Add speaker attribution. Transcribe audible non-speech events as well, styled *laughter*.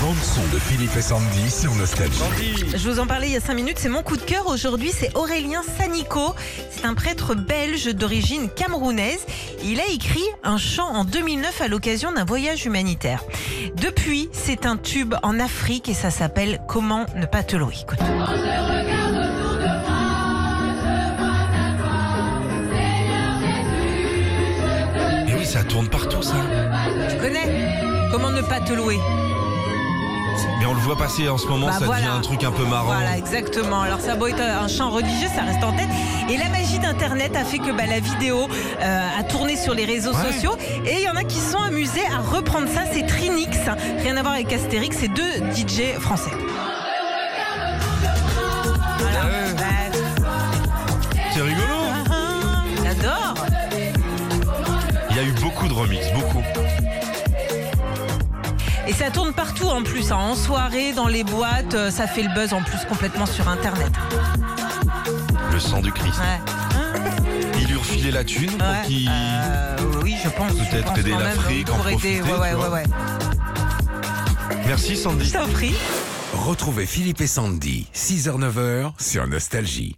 Speaker 1: bande-son de Philippe et Sandy sur Nostalgie.
Speaker 2: Je vous en parlais il y a 5 minutes, c'est mon coup de cœur aujourd'hui, c'est Aurélien Sanico. C'est un prêtre belge d'origine camerounaise. Il a écrit un chant en 2009 à l'occasion d'un voyage humanitaire. Depuis, c'est un tube en Afrique et ça s'appelle Comment ne pas te louer. Écoute.
Speaker 1: Et Eh oui, ça tourne partout, ça.
Speaker 2: Tu connais Comment ne pas te louer
Speaker 1: Mais on le voit passer en ce moment,
Speaker 2: Bah
Speaker 1: ça
Speaker 2: voilà.
Speaker 1: devient un truc un peu marrant.
Speaker 2: Voilà, exactement. Alors ça a beau être un chant religieux, ça reste en tête. Et la magie d'Internet a fait que bah, la vidéo euh, a tourné sur les réseaux
Speaker 1: Ouais.
Speaker 2: sociaux. Et il y en a qui se sont amusés à reprendre ça. C'est Trinix, hein. rien à voir avec Astérix, c'est deux DJ français. Voilà.
Speaker 1: Ouais.
Speaker 2: Bah,
Speaker 1: C'est rigolo.
Speaker 2: ah, ah, *laughs* J'adore.
Speaker 1: Il y a eu beaucoup de remix, beaucoup.
Speaker 2: Et ça tourne partout en plus, hein. en soirée, dans les boîtes, euh, ça fait le buzz en plus complètement sur Internet.
Speaker 1: Le sang du Christ.
Speaker 2: Ouais.
Speaker 1: Il lui refilait la thune
Speaker 2: Ouais.
Speaker 1: pour qu'il...
Speaker 2: Euh, oui, je pense. je
Speaker 1: Peut-être
Speaker 2: pense
Speaker 1: aider
Speaker 2: quand même,
Speaker 1: l'Afrique,
Speaker 2: pour
Speaker 1: en
Speaker 2: aider.
Speaker 1: profiter,
Speaker 2: ouais,
Speaker 1: tu
Speaker 2: ouais,
Speaker 1: vois.
Speaker 2: ouais, ouais.
Speaker 1: Merci Sandy.
Speaker 2: Je t'en prie.
Speaker 3: Retrouvez Philippe et Sandy, 6h-9h sur Nostalgie.